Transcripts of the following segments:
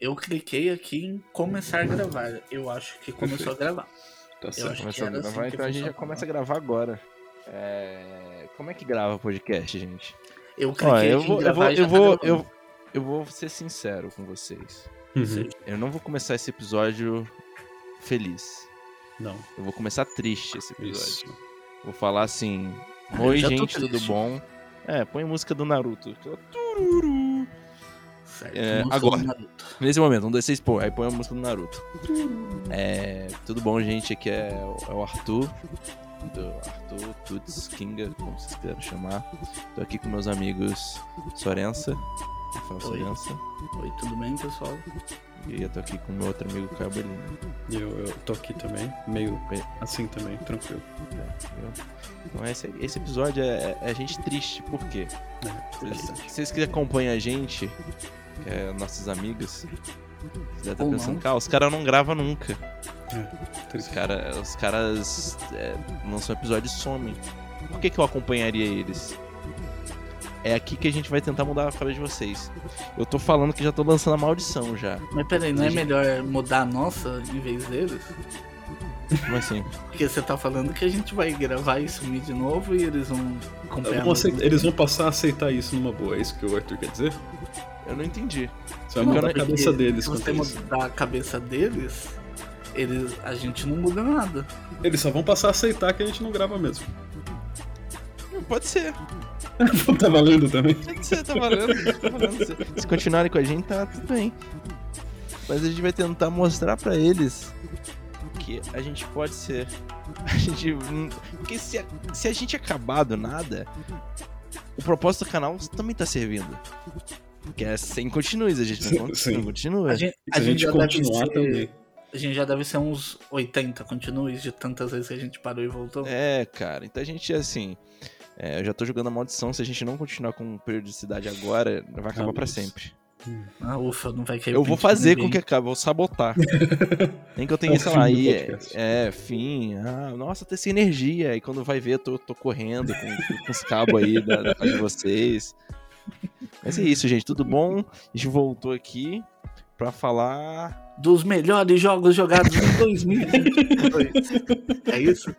Eu cliquei aqui em começar a gravar. Eu acho que começou a gravar. Tá acho certo, que começou a era assim gravar, que então a gente já funcionava. começa a gravar agora. É, Como é que grava podcast, gente? Eu cliquei Ó, eu aqui vou, em eu vou, gravar e já eu tá vou, gravando. eu, eu vou ser sincero com vocês. Uhum. Sim. Eu não vou começar esse episódio feliz. Não. Eu vou começar triste esse episódio. Isso. Vou falar assim: Eu Oi, já tô gente, tudo triste." bom? É, põe música do Naruto. Certo. É, não sou agora. Naruto. Nesse momento, um, dois, três, pô. Aí põe a música do Naruto. É, tudo bom, gente? Aqui é, o- é o Arthur. Do Arthur Tuts Kinga, como vocês queiram chamar. Tô aqui com meus amigos Sorensa. Rafael Oi. Sorensa. Oi, tudo bem, pessoal? E eu tô aqui com meu outro amigo Caio Bellini. E eu, eu tô aqui também, meio Oi. assim também, tranquilo. entendeu? Então esse, esse episódio é, é a gente triste, por quê? É, Vocês- interessante. Vocês que acompanham a gente, que é nossos amigos, vocês devem estar Ou pensando, não. cara, os caras não gravam nunca. Os, Triste. cara, os caras é, lançam episódio e somem. Por que, que eu acompanharia eles? É aqui que a gente vai tentar mudar a cabeça de vocês. Eu tô falando que já tô lançando a maldição já. Mas peraí, não é Gente. melhor mudar a nossa em vez deles? Como assim? Porque você tá falando que a gente vai gravar e sumir de novo e eles vão Eles acompanhar. vão aceitar- Eles vão passar a aceitar isso numa boa, é isso que o Arthur quer dizer? Eu não entendi. Você vai Não, mudar a porque cabeça deles Se quanto você a isso. mudar a cabeça deles, eles, a gente não muda nada. Eles só vão passar a aceitar que a gente não grava mesmo. Pode ser. tá valendo também. Pode ser, tá valendo. Tá valendo. Se- Se continuarem com a gente, tá tudo bem. Mas a gente vai tentar mostrar pra eles que a gente pode ser. A gente. não- Porque se a, se a gente acabar do nada, o propósito do canal também tá servindo. Que é sem continues, a gente não, con- Sim. não continua. A gente, Se a gente já deve continuar ser- também. A gente já deve ser uns 80 continues de tantas vezes que a gente parou e voltou. É, cara. Então a gente, assim. é, eu já tô jogando a maldição. Se a gente não continuar com periodicidade agora, vai acabar Ah, pra isso. sempre. Ah, ufa, não vai cair. Eu vou fazer com que acabe, vou sabotar. Nem que eu tenha, É o sei fim do lá, aí, é, podcast. é, fim, ah, nossa, tem essa energia, e quando vai ver, eu tô, tô correndo com, com os cabos aí da, da casa de vocês. Mas é isso, gente, tudo bom? A gente voltou aqui pra falar... Dos melhores jogos jogados em 2022. é isso?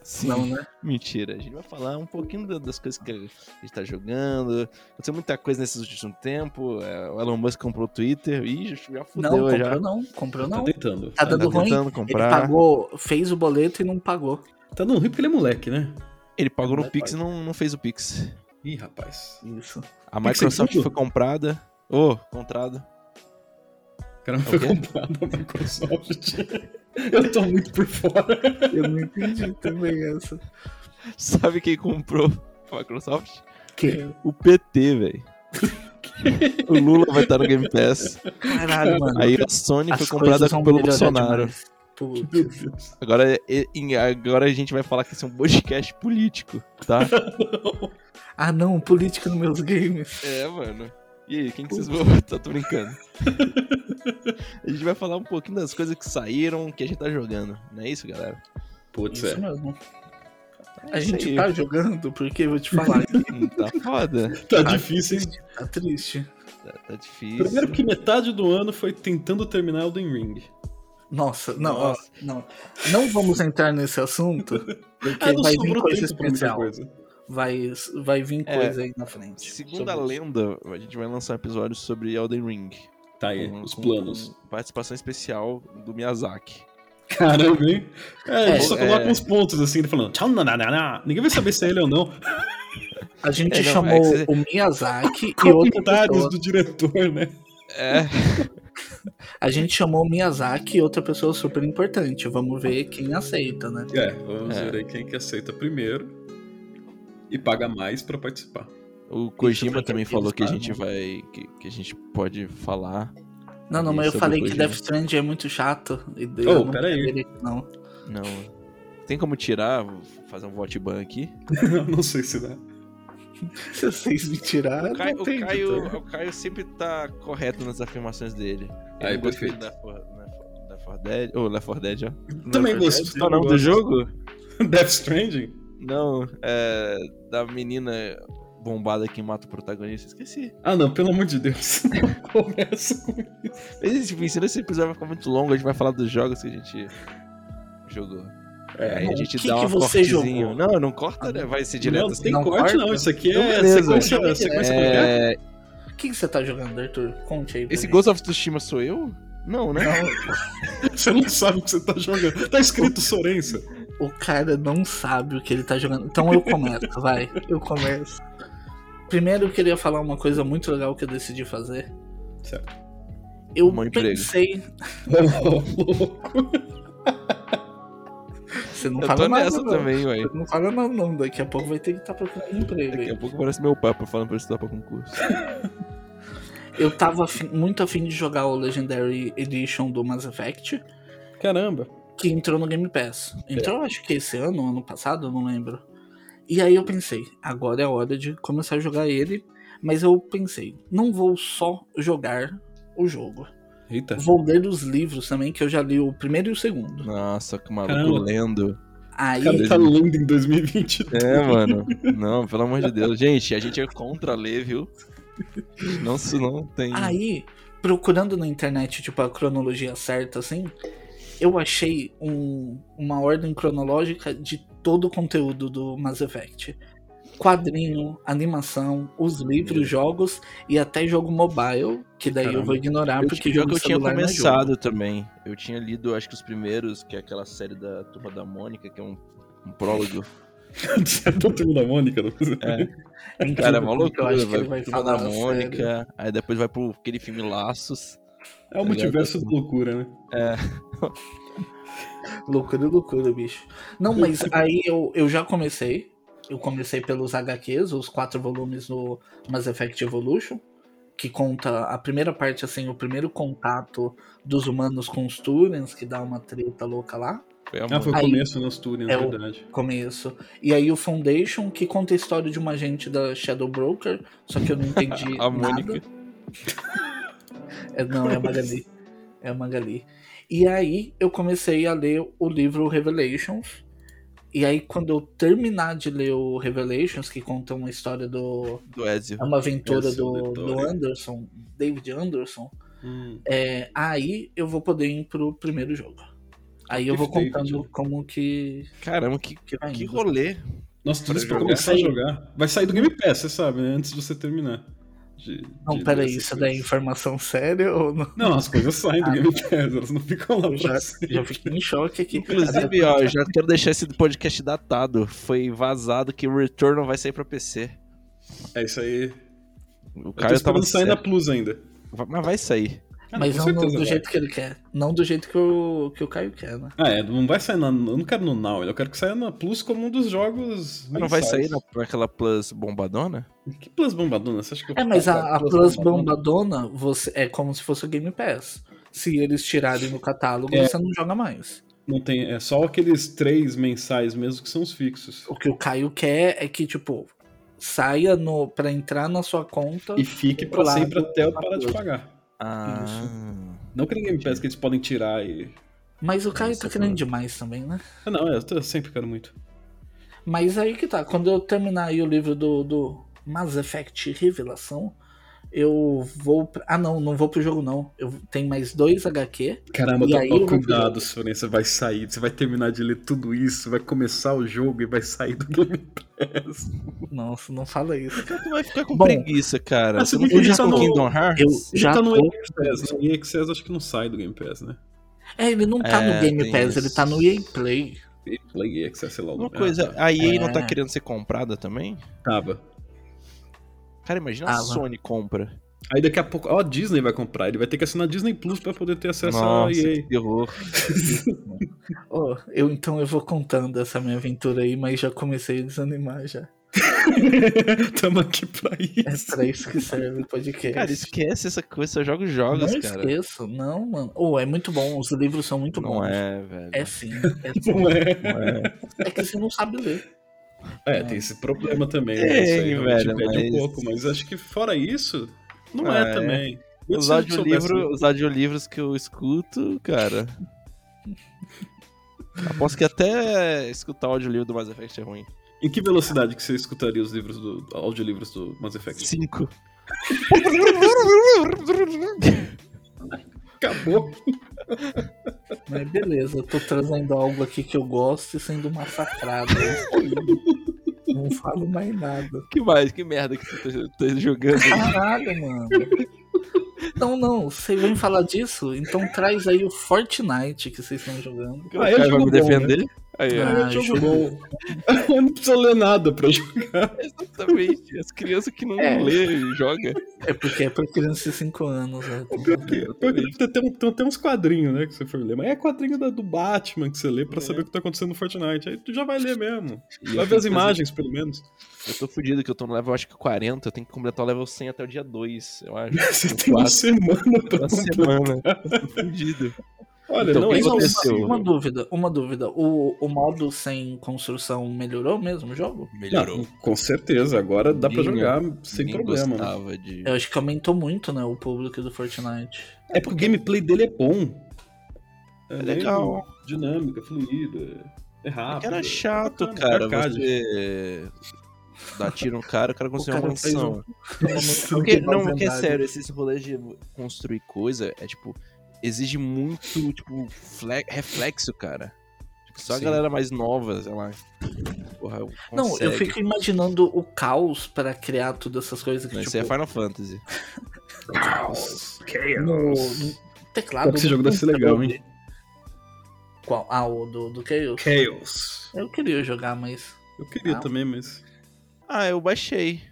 Sim, Não, né? mentira, a gente vai falar um pouquinho da- das coisas que a gente tá jogando, aconteceu muita coisa nesses últimos tempos, é, o Elon Musk comprou o Twitter, ih, já não, fudeu, comprou já, não, comprou Tá não. tentando. Tá tá dando ruim. tentando Ele comprar... pagou, fez o boleto e não pagou. Tá dando ruim porque ele é moleque, né? Ele pagou no Vai, Pix e vai. não, não fez o Pix. Ih, rapaz. Isso. que que A você Microsoft viu? foi comprada. Ô, comprada. O cara É o foi quê? comprado na Microsoft. Eu tô muito por fora. Eu não entendi também essa. Sabe quem comprou a Microsoft? Que? O PT, velho. o Lula vai estar no Game Pass. Caralho, mano. Aí a Sony As foi comprada coisas vão pelo melhorar Bolsonaro. demais. Putz. Meu Deus. Agora, e- em- agora a gente vai falar que esse é um podcast político, tá? Ah não, política nos meus games. É, mano. E aí, quem que vocês vão votar? Tô brincando. a gente vai falar um pouquinho das coisas que saíram, que a gente tá jogando. Não é isso, galera? Putz, Isso é. mesmo. É A isso gente aí. tá jogando porque eu vou te falar que Hum, Tá foda. Tá Ah, difícil, hein? tá triste. Tá, tá difícil. Primeiro que metade do ano foi tentando terminar Elden Ring. Nossa, não, Nossa. ó, não. Não vamos entrar nesse assunto, porque Ah, não vai vir sobrou coisa tempo pra muita especial. coisa. Vai, vai vir É, coisa aí na frente. Segundo a Sobre- lenda, a gente vai lançar um episódio sobre Elden Ring. Tá aí, Com- os com- planos. com participação especial do Miyazaki. Caramba, hein? É, É, ele só coloca é. uns pontos assim, ele falando tchau, nananá. Ninguém vai saber se é ele ou não. A gente É, não, chamou é que você- o Miyazaki e outra Comentários pessoa. do diretor, né? É, A gente chamou o Miyazaki e outra pessoa super importante. Vamos ver quem aceita, né? É, vamos É. ver aí quem que aceita primeiro e paga mais pra participar. o Isso, Kojima mas é também eles falou que a falam. gente vai. que, que a gente pode falar. Não, não, mas Sobre eu falei que coisa. Death Strand é muito chato. E Oh, eu não peraí. quero ele, Não. Não. Tem como tirar, vou fazer um vote ban aqui. não sei se dá. Se vocês me tiraram, O Caio, não o tem. Caio- o Caio sempre tá correto nas afirmações dele. Ele Aí, não gosta perfeito. da For- da For- da For Dead. Ou Left 4 Dead, ó. Também Left 4 gostei. Qual é o nome do jogo? Death Stranding? Não, é. Da menina bombada que mata o protagonista. Esqueci. Ah, não, pelo amor de Deus. Não Começa com isso. Mas, enfim, senão esse episódio vai ficar muito longo. A gente vai falar dos jogos que a gente jogou. Aí É, a gente que dá que um você cortezinho. jogou? Não, não corta, né? Vai ser direto não, assim. tem não corte corta? não. Isso aqui Então, é beleza. sequência, sequência completa. É, O que, que você tá jogando, Arthur? Conte aí. pra Esse mim. Ghost of Tsushima sou eu? Não, né? Você não sabe o que você tá jogando. Tá escrito Sorensa. O cara não sabe o que ele tá jogando. Então eu começo, vai. Eu começo. Primeiro eu queria falar uma coisa muito legal que eu decidi fazer. Certo. Eu Arrumar um emprego. pensei. Você não Eu fala um. tô nada, nessa não. também, ué. Você não fala nada, não. Daqui a pouco vai ter que estar procurando emprego. Daqui aí. a pouco parece meu papo falando pra eu estudar pra concurso. Eu tava afim- muito afim de jogar o Legendary Edition do Mass Effect, Caramba. que entrou no Game Pass. Entrou, acho que esse ano, ano passado, eu não lembro. E aí eu pensei, agora é a hora de começar a jogar ele. Mas eu pensei, não vou só jogar o jogo. Eita. Vou ler os livros também, que eu já li o primeiro e o segundo. Nossa, que maluco Caramba. lendo. Aí, O cara tá lendo em 2020. É, mano. Não, pelo amor de Deus. Gente, a gente é contra ler, viu? Não, isso não tem. aí, procurando na internet, tipo, a cronologia certa, assim, eu achei um- uma ordem cronológica de todo o conteúdo do Mass Effect. Quadrinho, animação, os livros, jogos e até jogo mobile, que daí eu Caramba. vou ignorar, Eu, porque porque jogo que eu tinha celular não é jogo. começado também. Eu tinha lido, acho que os primeiros, que é aquela série da Turma da Mônica, que é um, um prólogo. Você é do turno da Mônica? não? É incrível, Cara, é uma porque eu acho loucura, que ele velho. vai Turma falar da sério. Mônica, aí depois vai pro aquele filme Laços. É o multiverso da loucura, né? Loucura, loucura, bicho. Não, mas aí eu, eu já comecei. Eu comecei pelos HQs, os quatro volumes do Mass Effect Evolution, que conta a primeira parte, assim, o primeiro contato dos humanos com os Turians, que dá uma treta louca lá, Foi a Ah, foi o Aí- começo nas Turian, É na o- verdade. começo. E aí o Foundation, que conta a história de uma agente da Shadow Broker, só que eu não entendi A nada. Mônica. É, não, é a Magali. É a Magali. E aí eu comecei a ler o livro Revelations. E aí, quando eu terminar de ler o Revelations, que conta uma história do. do Ezio. É uma aventura Essa é uma do, do vitória. Anderson, David Anderson. Hum. é, aí eu vou poder ir pro primeiro jogo. Aí eu vou Perfeito. contando como que, Caramba, que, que vai que indo. rolê. Nossa, tudo Pra isso pra jogar. começar a jogar. Vai sair do Game Pass, você sabe, né? Antes de você terminar. De, Não, de- peraí, dessas isso daí é coisas. informação séria ou não? Não, as coisas saem do Ah, Game Pass, elas não ficam lá Eu pra sempre. Já fiquei em choque aqui. Inclusive, ó, eu já quero deixar esse podcast datado. Foi vazado que o Return não vai sair pra PC. É isso aí. O Eu tô cara tava esperando sair na certo. Plus ainda. Vai- Mas vai sair. Ah, Mas com não, certeza do vai. jeito que ele quer. Não do jeito que o, que o Caio quer, né? Ah, é, não vai sair na. Eu não quero no Now, eu quero que saia na Plus como um dos jogos. Mas não vai mensais. sair na- naquela Plus bombadona? Que Plus Bombadona? Você acha que eu É, vou mas comprar a, a Plus Bombadona você, é como se fosse o Game Pass. Se eles tirarem no catálogo, É. você não joga mais. Não tem, é só aqueles três mensais mesmo que são os fixos. O que o Caio quer é que, tipo, saia no, pra entrar na sua conta. E fique pra Claro, sempre até eu uma parar de coisa. pagar. Ah. Não que ninguém me peça que eles podem tirar e. Mas o Caio Isso, tá querendo cara. demais também, né? Ah, não, eu, eu sempre quero muito. Mas aí que tá, quando eu terminar aí o livro do, do Mass Effect Revelação, eu vou. Pra... Ah, não, não vou pro jogo, não. Eu tenho mais dois HQ. Caramba, E tô, aí né, ó, eu vou cuidado, Soren, você vai sair, você vai terminar de ler tudo isso, vai começar o jogo e vai sair do Game Pass. Nossa, não fala isso. Tu vai ficar com Bom, preguiça, cara. mas Você eu não fiquei fez isso com pensando- Kingdom Hearts? Eu já tá no tô- EA Access, né? EA Access acho que não sai do Game Pass, né? É, ele não tá É, no Game tem Pass, isso. ele tá no EA Play. Play EA Access, sei lá. o Uma nome. coisa, Ah, a EA não É. tá querendo ser comprada também? tá. Tava. Cara, imagina Ah, a mano. Sony compra. Aí daqui a pouco, ó, a Disney vai comprar, ele vai ter que assinar Disney Plus pra poder ter acesso Tá a Nossa, EA. que terror. Ó, eu então eu vou contando essa minha aventura aí, mas já comecei a desanimar já. Tamo aqui pra É isso. pra isso que serve o podcast. Cara, esquece essa coisa, só joga os jogos, É não cara. esqueço, não, mano. Ou é muito bom, os livros são muito Não bons. é, velho. É sim. É, sim. Não é. Não é. é que você não sabe ler. É, tem esse problema também. Tem, né? Isso aí realmente velho, perde um mas- pouco, mas acho que fora isso, não Ah, é, é. também. Muito Os, se eu soubesse- audiolivro, assim. os audiolivros que eu escuto, cara. Aposto que até escutar o audiolivro do Mass Effect é ruim. Em que velocidade que você escutaria os livros do. audiolivros do Mass Effect? Cinco. Acabou. Mas beleza, eu tô trazendo algo aqui que eu gosto e sendo massacrado. É Não falo mais nada. que mais? Que merda que você tá, tá jogando? Caralho, mano. Então não, você vem falar disso? Então traz aí o Fortnite que vocês estão jogando. Que o Ah, é cara vai jogo me bom, É. defender? Aí, ó. Ah, jogo bom. né? Eu não preciso ler nada pra jogar. é, Exatamente. As crianças que não É. lê e joga. É porque é pra criança de 5 anos. Né? Pior que- pior que Tem, tem, tem até uns quadrinhos, né, que você for ler. Mas é quadrinho da- do Batman que você lê pra saber o que tá acontecendo no Fortnite. Aí tu já vai ler mesmo. Vai ver as imagens, pelo menos. Eu tô fudido que eu tô no level, acho que 40. Eu tenho que completar o level 100 até o dia 2, eu acho. Você No tem uma quatro. semana pra Uma completar. semana. Eu tô fudido. Olha, Então, não o é que Tem uma, aconteceu? impossível. uma dúvida, uma dúvida. O, o modo sem construção melhorou mesmo o jogo? Não, com certeza, agora dá pra Ninguém- jogar sem Ninguém problema. né? gostava de... Eu acho que aumentou muito, né, o público do Fortnite. É porque o gameplay dele é bom. É, bem legal. Dinâmica, fluida, é rápido. Era chato, bacana, Ah, cara. arcade. Você dá tiro no cara, o cara consegue O uma cara fez mansão. Isso Porque, que não, porque é verdade. sério, esses rolês de construir coisa é tipo. Exige muito, tipo, fle- reflexo, cara. Tipo, só Sim. a galera mais nova, sei lá. Porra, Não, eu consegue. fico imaginando o caos pra criar todas essas coisas que Não, Isso tipo, é Final Fantasy. Chaos. no, no teclado. Pior que esse jogo deve ser legal, hein? Qual? Ah, o do, do Chaos. Chaos. Eu queria jogar, mas Eu queria Ah. também, mas. Ah, eu baixei.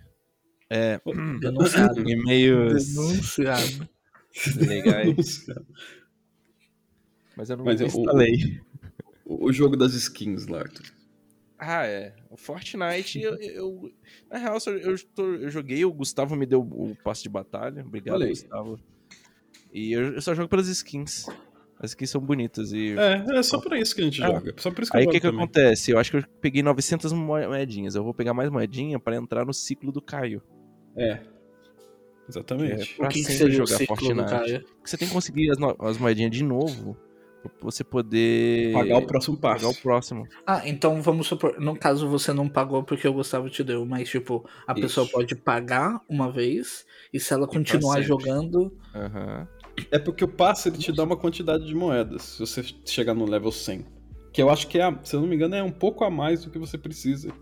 É, denunciado. e-mails denunciado. legais. Nossa. Mas eu não Mas eu- instalei. O o jogo das skins lá. Arthur. Ah, é. O Fortnite, eu. eu- na real, só- eu, tô- eu joguei, o Gustavo me deu o passe de batalha. Obrigado, Olha aí. Gustavo. E eu, eu só jogo pelas skins. As skins são bonitas e. É, é só pra isso que a gente Ah. joga. Só por isso que Aí eu o que, jogo que também. acontece? Eu acho que eu peguei 900 moe- moedinhas. Eu vou pegar mais moedinha pra entrar no ciclo do Caio. É. Exatamente. pra o que, que sempre seria o jogar ciclo do Fortnite. Caio? Porque você tem que conseguir as, no- as moedinhas de novo pra você poder Pagar o próximo passo. pagar o próximo. Ah, então vamos supor, no caso você não pagou porque o Gustavo te deu, mas tipo, a Isso. pessoa pode pagar uma vez e se ela continuar sempre. jogando, Aham. É porque o passe ele te dá uma quantidade de moedas se você chegar no level 100. Que eu acho que é, a- se eu não me engano, é um pouco a mais do que você precisa.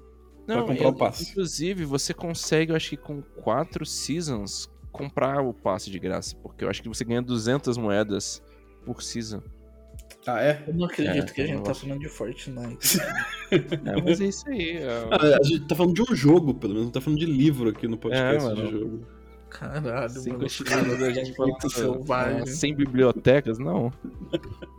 Pra comprar o passe. Inclusive, você consegue, eu acho que com quatro seasons, comprar o passe de graça. Porque eu acho que você ganha 200 moedas por season. Ah, é? eu não acredito É, que a gente tá nossa. falando de Fortnite. É, mas é isso aí. é- Ah, a gente tá falando de um jogo, pelo menos, não tá falando de livro aqui no podcast É, mano. de jogo. Caralho, Sem mano. continuar cara, a gente é muito falando, selvagem. ah, sem bibliotecas, não.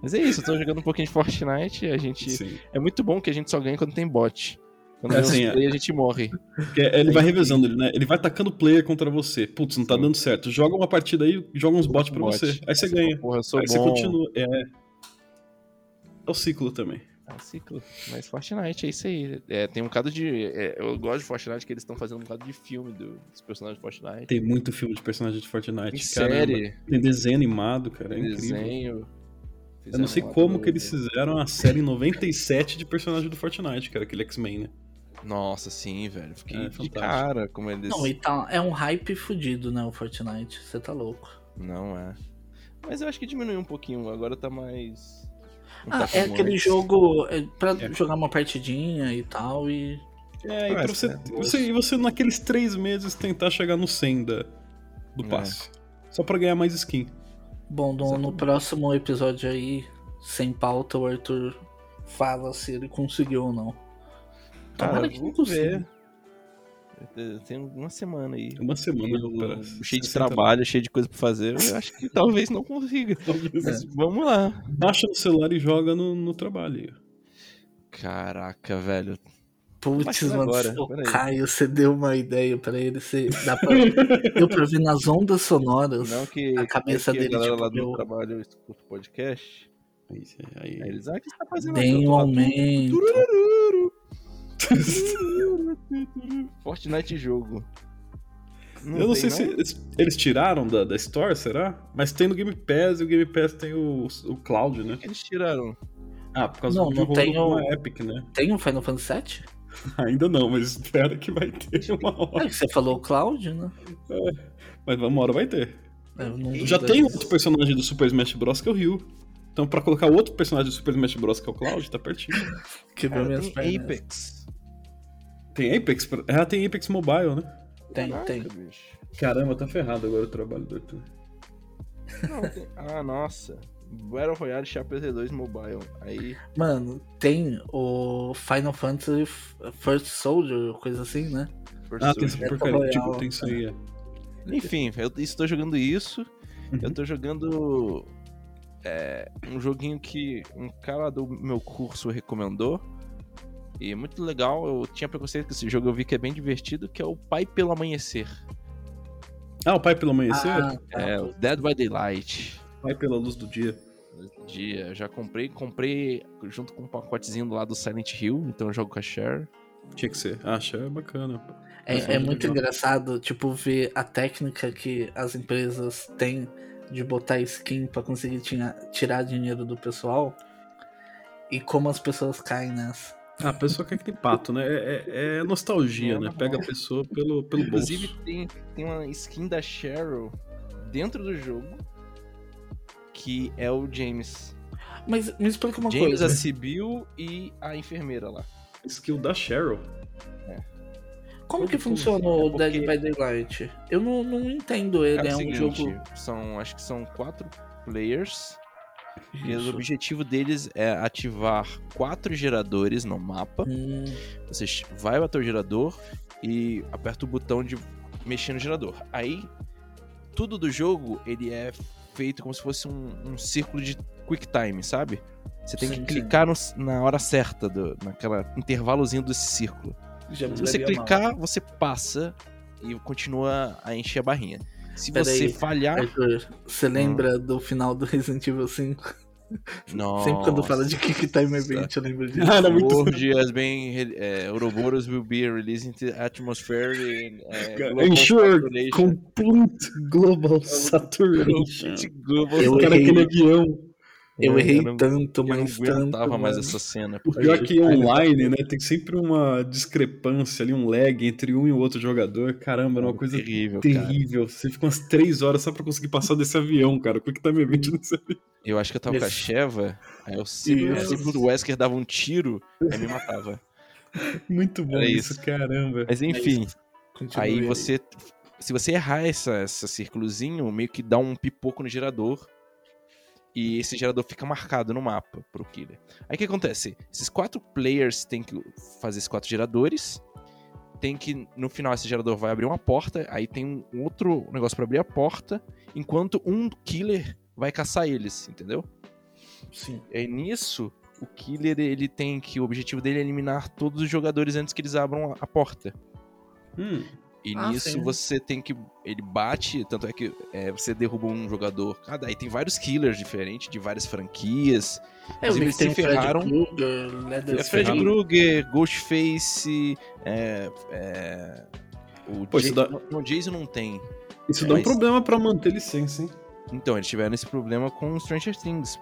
Mas é isso, eu tô jogando um pouquinho de Fortnite. A gente. Sim. É muito bom que a gente só ganha quando tem bot. Quando É, tem uns assim, é. play, a gente morre. Porque ele vai revezando, ele, né? Ele vai tacando player contra você. Putz, não tá Sim. dando certo. Joga uma partida aí, joga uns bots pra Bot. você. Aí você fala, ganha. Porra, eu sou Aí Tá bom. você continua. É. É o ciclo também. É um ciclo. Mas Fortnite é isso aí. É, tem um bocado de. é, eu gosto de Fortnite que eles estão fazendo um bocado de filme do- dos personagens de Fortnite. Tem muito filme de personagem de Fortnite. Tem caramba. série, Tem desenho animado, cara. É tem incrível. desenho. Eu não sei Fizeram lá como do- que eles fizeram a série em 97 de personagem do Fortnite, cara, aquele X-Men, né? Nossa, sim, velho. Fiquei É, de fantástico. cara como eles. Não, e tá, é um hype fudido, né, o Fortnite. Você tá louco. Não é. Mas eu acho que diminuiu um pouquinho, agora tá mais. não Ah, tá é como aquele antes. jogo é, pra É. jogar uma partidinha e tal, e É, e Ah, pra essa você, é boa. você, e você naqueles três meses tentar chegar no 100 da, do É. passe. Só pra ganhar mais skin. Bom, no, no Exatamente. próximo episódio aí, sem pauta, o Arthur fala se ele conseguiu ou não. Tomara Cara, que vou não consiga. ver. Eu tenho uma semana aí. É Uma semana. Eu- pra cheio de 60 trabalho, cheio de coisa pra fazer. Eu acho que talvez não consiga. dólares. É. Mas vamos lá. Baixa no celular e joga no, no trabalho. Caraca, velho. Putz, Mas mano, agora, pô, peraí. Caio, você deu uma ideia pra ele, você dá pra... deu pra ver nas ondas sonoras. Não que A cabeça que dele, a galera tipo, lá do deu- trabalho escuta o podcast. Aí, aí- Aí eles, ah, o que você tá fazendo aqui? Tem Eu um tô lá, aumento. Fortnite jogo. eu não tem, sei se eles, eles tiraram da, da Store, será? Mas tem no Game Pass e o Game Pass tem o, o Cloud, né? Eles tiraram. Ah, por causa Não, do não jogo tem o- uma Epic, né? Tem o Final Fantasy VII? Ainda não, mas espera que vai ter uma É hora. que você falou o Cloud, né? É, Mas uma hora vai ter. Eu não Já duvido tem um? disso. outro personagem do Super Smash Bros. que é o Ryu. Então, pra colocar outro personagem do Super Smash Bros. que é o Cloud, tá pertinho. Quebrou Cara, minhas tem pernas. Apex. Tem Apex? pra- Ah, tem Apex Mobile, né? Tem, Caraca, tem. bicho. Caramba, tá ferrado agora o trabalho do Arthur. Não, tem- Ah, nossa. Battle Royale Chapter 2 Mobile. Aí. Mano, tem o Final Fantasy F- First Soldier, coisa assim, né? Força Ah, tem essa Hoje. porcaria. Royale. Tipo, tem isso aí. é. Enfim, eu estou jogando isso. Uhum. Eu tô jogando. é, um joguinho que um cara do meu curso recomendou. E é muito legal. Eu tinha preconceito com esse jogo, eu vi que é bem divertido, que é o Pai pelo Amanhecer. Ah, o Pai pelo Amanhecer? Ah, tá. É, o Dead by Daylight. Pai pela Luz do Dia. dia. Eu já comprei, comprei junto com um pacotezinho lá do Silent Hill, então eu jogo com a Cher. Tinha que ser. Ah, achei bacana. Uhum. É, é muito legal. engraçado, tipo, ver a técnica que as empresas têm de botar skin pra conseguir tinha- tirar dinheiro do pessoal e como as pessoas caem nessa. Ah, a pessoa quer que tem pato, né? É, é- é nostalgia, né? Pega a pessoa pelo, pelo bolso. tá Inclusive tem, tem uma skin da Cheryl dentro do jogo que é o James. Mas me explica uma James, coisa. a Sibyl e a enfermeira lá. Skill da Cheryl. Como que Como- como funciona assim? o É porque- Dead by Daylight? Eu não, não entendo ele, Cara, é, um seguinte, jogo. São, acho que são quatro players. E o Isso. objetivo deles é ativar quatro geradores no mapa. Hum, Você ch- vai até o gerador e aperta o botão de mexer no gerador. Aí, tudo do jogo, ele é feito como se fosse um, um círculo de quick time, sabe? Você tem Sim, sim. que clicar no s- na hora certa, do, naquela intervalozinho desse círculo. já me Se você daria mal. clicar, você passa e continua a encher a barrinha. Se Pera você aí. é, falhar. Arthur, Ah. você lembra do final do Resident Evil 5? Nossa. Sempre quando fala é de Kick Time Event, eu lembro disso. Ah, era muito World has been. É, Ouroboros will be released into atmosphere and é, global Ensure population. complete global saturation. Complete global Eu O cara é errei. aquele avião. Eu É, errei eu não- tanto, tá Eu não mas tanto. aguentava mais mano. essa cena. O pior é que online, né? Tem sempre uma discrepância ali, um lag entre um e o outro jogador. Caramba, era uma coisa terrível, cara. terrível. Você fica umas três horas só pra conseguir passar desse avião, cara. Quick Time Event Hum. nesse avião. Eu acho que eu tava com a Isso. Sheva, aí eu sempre, Isso. sempre o Wesker dava um tiro, aí me matava. é Muito bom Era É isso. isso. caramba. Mas enfim, Continue Aí você. Se você errar essa, essa círculozinho, meio que dá um pipoco no gerador. E esse gerador fica marcado no mapa pro killer. Aí o que acontece? Esses quatro players têm que fazer esses quatro geradores. Tem que. No final, esse gerador vai abrir uma porta. Aí tem um outro negócio pra abrir a porta. Enquanto um killer vai caçar eles, entendeu? Sim. É nisso. O killer, ele tem que. O objetivo dele é eliminar todos os jogadores antes que eles abram a- a porta. Hum, E Ah, nisso sim. você tem que. Ele bate, tanto é que é, você derruba um jogador. Ah, daí tem vários killers diferentes, de várias franquias. É, eu vi Inclusive, que tem se o Fred ferraram. Krueger, né, É Leather Fred Fred Krueger, Ghostface. É, é, o Pô, Jason, isso dá- não, o Jason não tem. isso É, dá um mas- problema pra manter licença, hein? Então, eles tiveram esse problema com o Stranger Things.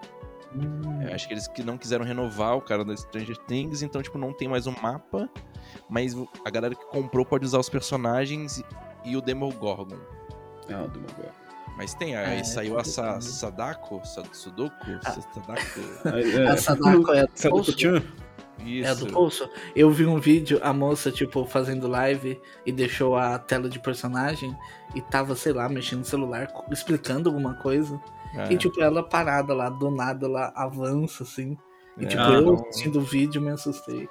Hum. É, Eu acho que eles que não quiseram renovar o cara do Stranger Things, então, tipo, não tem mais um mapa. Mas a galera que comprou pode usar os personagens e, e o Demogorgon. Ah, o Demogorgon. Mas tem, Ah, aí é saiu a Sa- complicado. Sadako, Sa- Sudoku, Ah. Sa- Sadako, Aí, A Sadako é a do Sabe o bolso? que eu né? tinha? isso. É a do bolso? Eu vi um vídeo, a moça, tipo, fazendo live e deixou a tela de personagem e tava, sei lá, mexendo no celular, co- explicando alguma coisa. É. E, tipo, ela parada lá, do nada, ela avança, assim. E, É, tipo, ah, eu não. assistindo o vídeo me assustei.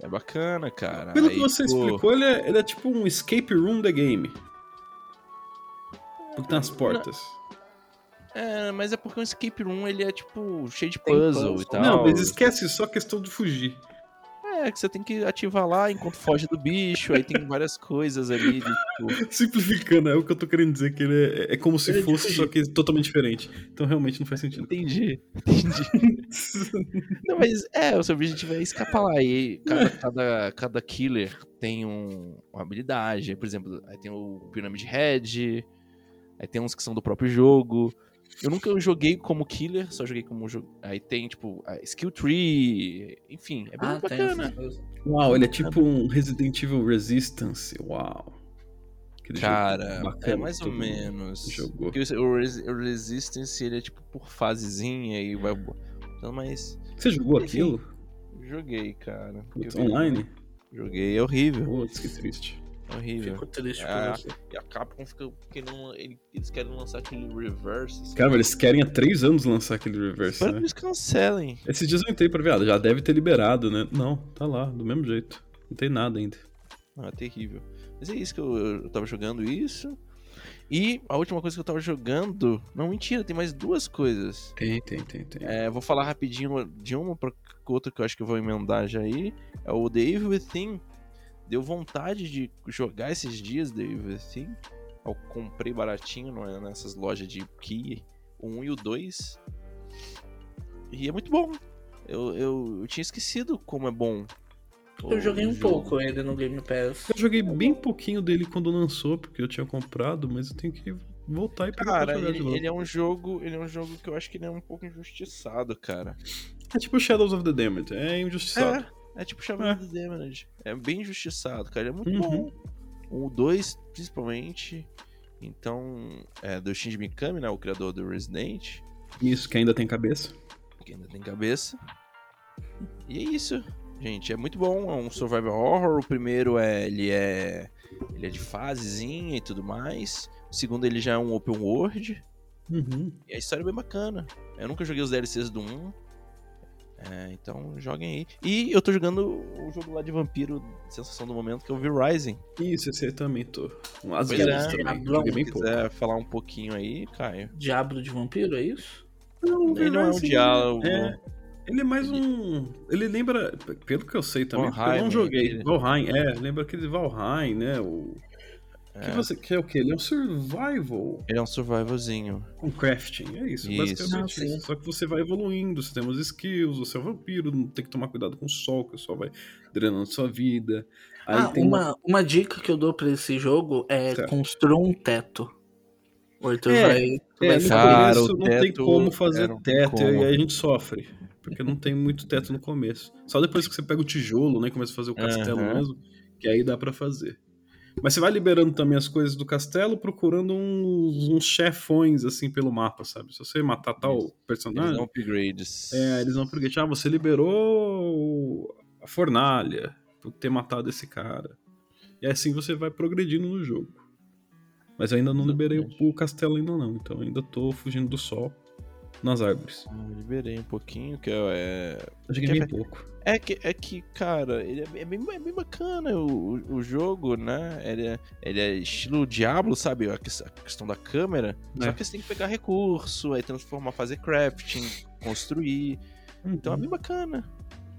É- é bacana, cara. Pelo que Aí, você pô, explicou, ele é, ele é tipo um escape room the game. Porque tem as portas. É, mas é porque o escape room, ele é, tipo, cheio de Tem puzzle, puzzle. então. e tal. Não, mas esquece só a questão de fugir. É, que você tem que ativar lá enquanto foge do bicho, aí tem várias coisas ali, de, tipo... Simplificando, é o que eu tô querendo dizer, que ele é, é como se Ele é de fosse, fugir. só que é totalmente diferente. Então realmente não faz sentido. Entendi, entendi. Não, mas, é, o seu objetivo é escapar lá, e cada, cada, cada killer tem um, uma habilidade, por exemplo, aí tem o Pyramid Head, aí tem uns que são do próprio jogo, Eu nunca joguei como killer, só joguei como jo... Aí tem, tipo, a skill tree, enfim, é bem Ah, tem bacana. essas- Uau, Tá ele é tipo um Resident Evil Resistance. Uau. Aquele jogo Cara, bacana é mais que ou todo mundo menos. Jogou. Porque o, o Res- o Resistance, ele é tipo por fasezinha e vai... Então, mas Você jogou Enfim. aquilo? joguei, cara. Putz, Eu vi- online? Joguei, é horrível, Putz, que triste. é horrível. Fico triste Ah. por você. E a Capcom fica querendo... ele- Eles querem lançar aquele reverse. assim. Cara, eles querem há três anos lançar aquele reverse, Espero que né? eles cancelem. Esses dias eu entrei pra ver, ah, já deve ter liberado, né? Não, tá lá, do mesmo jeito. Não tem nada ainda. Não, é terrível. Mas é isso que eu, eu tava jogando isso. E a última coisa que eu tava jogando. Não, mentira, tem mais duas coisas. Tem, tem, tem, tem. É, vou falar rapidinho de uma pra outra que eu acho que eu vou emendar já aí. É o The Evil Within. Deu vontade de jogar esses dias The Evil Within. Eu comprei baratinho não é, nessas lojas de key, o 1 e o 2. E é muito bom. Eu, eu, eu tinha esquecido como é bom. Eu joguei um pouco pouco ele no Game Pass. Eu joguei bem pouquinho dele quando lançou, porque eu tinha comprado, mas eu tenho que voltar e pegar Cara, pra jogar de ele, novo. ele é um jogo, ele é um jogo que eu acho que ele é um pouco injustiçado, cara. É tipo Shadows of the Damned, é injustiçado. É, é tipo Shadow É. of the Damage. É bem injustiçado, cara. Ele é muito Uhum. bom. O 2, principalmente. Então, é, do Shinji Mikami, né, o criador do Resident, Isso, que ainda tem cabeça. que ainda tem cabeça. E é isso, gente. É muito bom. É um survival horror. O primeiro é, ele é, ele é de fasezinha e tudo mais. O segundo ele já é um open world. Uhum. E a história é bem bacana. Eu nunca joguei os DLCs do 1. É, então joguem aí. E eu tô jogando o jogo lá de vampiro, sensação do momento, que é o V-Rising. Isso, esse aí também tô. Umas Pois vezes é, também. Diablão. Joguei Se bem pouco. quiser falar um pouquinho aí, Caio. Diablo de vampiro, é isso? Ele não é um diálogo. É, ele é mais um. Ele lembra, pelo que eu sei também, porque eu Valheim, não joguei. né? Valheim, é, lembra aquele Valheim, né? O. Que É. você que é o quê? Ele é um survival Ele é um survivalzinho. com crafting. É isso, Isso. Ah, basicamente sim. isso. Só que você vai evoluindo, você tem umas skills, você é um vampiro, não tem que tomar cuidado com o sol, que o sol vai drenando sua vida. Aí ah, tem uma- uma, uma dica que eu dou pra esse jogo é Certo. construa um teto. O Arthur É, vai. É, vai no saber. Cara, começo o não tem teto- como é, fazer não tem teto como. e aí a gente sofre. Porque não tem muito teto no começo. Só depois que você pega o tijolo, né? e Começa a fazer o castelo Aham. mesmo, que aí dá pra fazer. Mas você vai liberando também as coisas do castelo, procurando uns, uns chefões, assim, pelo mapa, sabe? Se você matar tal Eles- Eles personagem, dão um upgrades. é, eles vão porque, ah, você liberou a fornalha por ter matado esse cara. E assim você vai progredindo no jogo. Mas eu ainda não liberei o, o castelo ainda não, então ainda tô fugindo do sol nas árvores. Eu liberei um pouquinho, que é. Eu joguei Quer bem ver? pouco. É que, é que cara, ele é, é bem, é bem bacana o, o- o jogo, né? Ele é, ele é estilo Diablo, sabe? A ques- a questão da câmera. Só É. que você tem que pegar recurso, aí transformar, fazer crafting, construir. Então é bem bacana.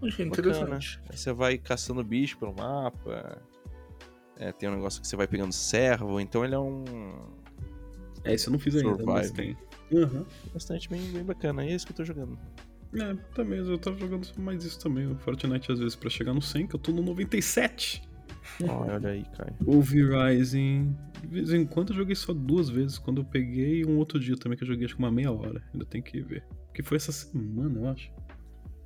Achei interessante. Aí você vai caçando bicho pelo mapa. É, tem um negócio que você vai pegando servo. Então ele é um. é, isso eu não fiz ainda, mas Survival. tem. Aham. Bastante bem, bem bacana. É isso que eu tô jogando. É, também, eu tava jogando só mais isso também, o Fortnite às vezes pra chegar no 100, que eu tô no 97. Olha, olha aí, cara. O V-Rising. De vez em quando eu joguei só duas vezes. Quando eu peguei um outro dia também, que eu joguei acho que uma meia hora. Ainda tem que ver. Que foi essa semana, eu acho.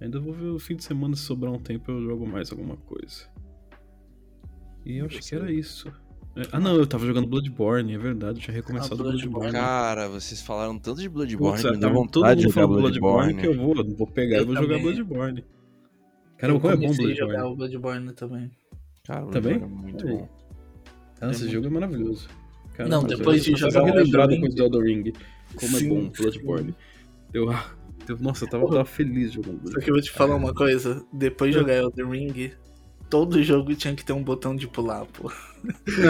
Ainda vou ver o fim de semana, se sobrar um tempo, eu jogo mais alguma coisa. E eu acho que era isso. É, Ah não, eu tava jogando Bloodborne, é verdade, eu tinha recomeçado o Bloodborne. Ah, Bloodborne. Cara, vocês falaram tanto de Bloodborne, Putz, é, me dá tava todo vontade de mundo jogar falando Bloodborne, Bloodborne. que eu vou, vou pegar e Eu vou jogar também. Bloodborne. Caramba, eu como é bom comecei a Bloodborne. jogar o Bloodborne também. Cara, o Também? Bloodborne é muito Aí. bom. Nossa, esse muito- jogo é maravilhoso. Não, depois de jogar me o lembrar Elden depois do Elden Ring. Como é Sim. bom Bloodborne. Eu, ah, eu- nossa, eu tava, tava feliz jogando Só Bloodborne. que eu vou te falar uma coisa. Depois de jogar Elden Ring, todo jogo tinha que ter um botão de pular, pô.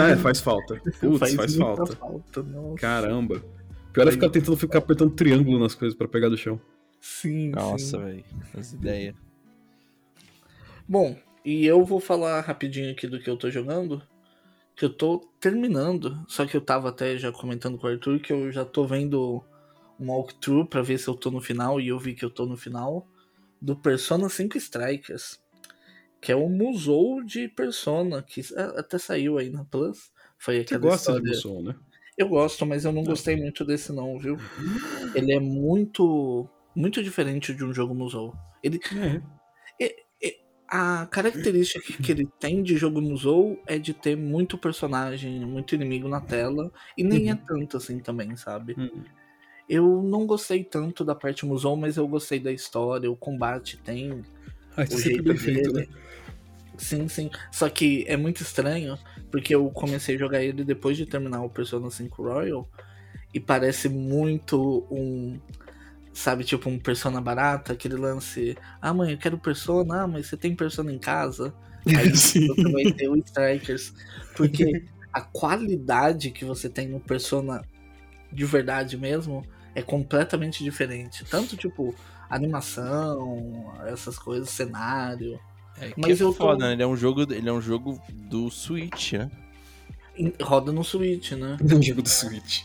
Ah, é, faz falta. Putz, faz, muita falta. falta. Nossa. Caramba. Pior é ficar tentando ficar apertando triângulo nas coisas pra pegar do chão. Sim, sim. Nossa, velho. As ideias. Bom, e eu vou falar rapidinho aqui do que eu tô jogando. Que eu tô terminando. Só que eu tava até já comentando com o Arthur que eu já tô vendo um walkthrough pra ver se eu tô no final. E eu vi que eu tô no final. Do Persona 5 Strikers. Que é o museu de Persona. Que a- é, até saiu aí na Plus. Foi Você aquela gosta história. de som, né? Eu gosto, mas eu não gostei muito desse não, viu? Uhum. Ele é muito muito diferente de um jogo Musou. Ele É. a característica que- que ele tem de jogo Musou é de ter muito personagem, muito inimigo na tela e nem é tanto assim também, sabe? Uhum. Eu não gostei tanto da parte Musou, mas eu gostei da história, o combate tem Ah, isso é sempre bem feito, né? Sim, sim. Só que é muito estranho, porque eu comecei a jogar ele depois de terminar o Persona 5 Royal. E parece muito um. Sabe, tipo um Persona barata, aquele lance. Ah, mãe, eu quero Persona. Ah, mas você tem Persona em casa? Aí Sim. você vai ter o Strikers. Porque a qualidade que você tem no Persona de verdade mesmo é completamente diferente. Tanto, tipo, animação, essas coisas, cenário. É, que Mas é eu tô- foda, né? Ele é, um jogo, ele é um jogo do Switch, né? Em- Roda no Switch, né? É um jogo do Switch.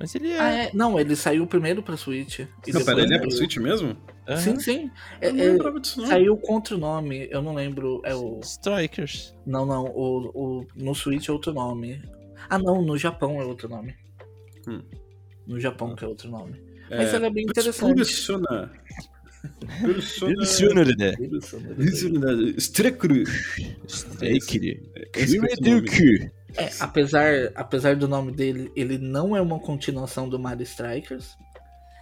Mas ele Ah, é. é. Não, ele saiu primeiro pra Switch. E Não, pera, ele é saiu- pro Switch mesmo? Aham. Sim, sim. É, Eu não é, lembrava disso, não. saiu contra o nome, eu não lembro. É o. Strikers. Não, não. O, o... No Switch é outro nome. Ah, não, no Japão é outro nome. Hum. No Japão que é outro nome. É, Mas ele é bem interessante. Persona. Persona. Sunner, né? Isso, né? Persona. Strekru. Strikers. Esse é o nome. Kireduki. É, apesar, apesar do nome dele, ele não é uma continuação do Mario Strikers.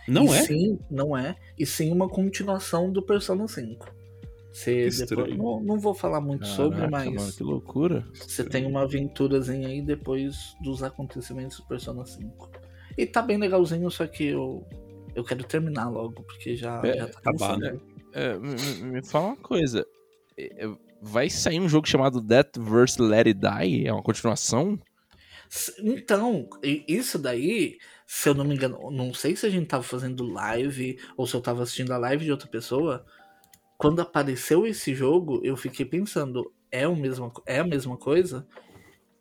Não E é? Sim, não é. E sim uma continuação do Persona 5. Você Que depois, estranho. não, não vou falar muito sobre, Caraca, mas mano, que loucura. você tem uma aventurazinha aí depois dos acontecimentos do Persona 5. E tá bem legalzinho, só que eu, eu quero terminar logo, porque já, É, já tá acabar, cansando. É, me, me- me fala uma coisa. É, é, Vai sair um jogo chamado Death vs. Let It Die? É uma continuação? S- Então, e- isso daí, se eu não me engano, não sei se a gente tava fazendo live ou se eu tava assistindo a live de outra pessoa. Quando apareceu esse jogo, eu fiquei pensando, é, o mesmo, é a mesma coisa?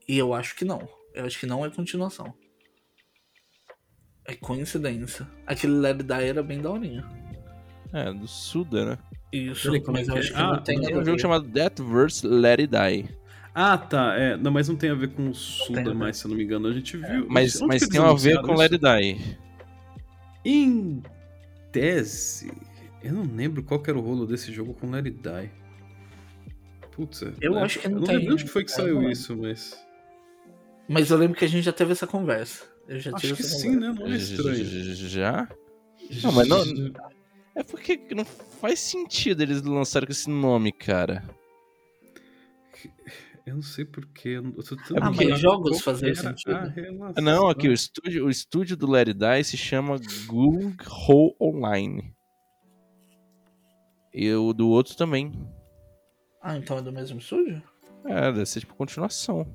E eu acho que não. Eu acho que não é continuação. É coincidência. Aquele Larry Die era bem daorinha. É, do Suda, né? Isso, Peraí, como é mas que eu é? acho que Ah, não tem Tem nada a um jogo ver. chamado Death vs. Let It Die. Ah, tá. É, não, mas não tem a ver com tem É, o a Suda ver. mais, se eu não me engano. A gente viu. Mas, Onde mas que tem a eles ver com Let anunciaram It Die. isso? Em tese, eu não lembro qual que era o rolo desse jogo com Larry Die. Putz, é, Eu né? acho que não eu não tem. lembro onde que foi que É, saiu não é. isso, mas. Mas eu lembro que a gente já teve essa conversa. Eu já tive Acho que essa sim, conversa. né? Não é estranho. Já? Não, mas não- É porque não faz sentido eles lançarem com esse nome, cara. Eu não sei porquê. eu não- eu tô tão Ah, ligado mas jogos qual faziam que era é. sentido. a relação. Ah, Não, aqui o estúdio, o estúdio do Let It Die se chama Gug Ho Online. E o do outro também. Ah, então é do mesmo estúdio? É, deve ser tipo continuação.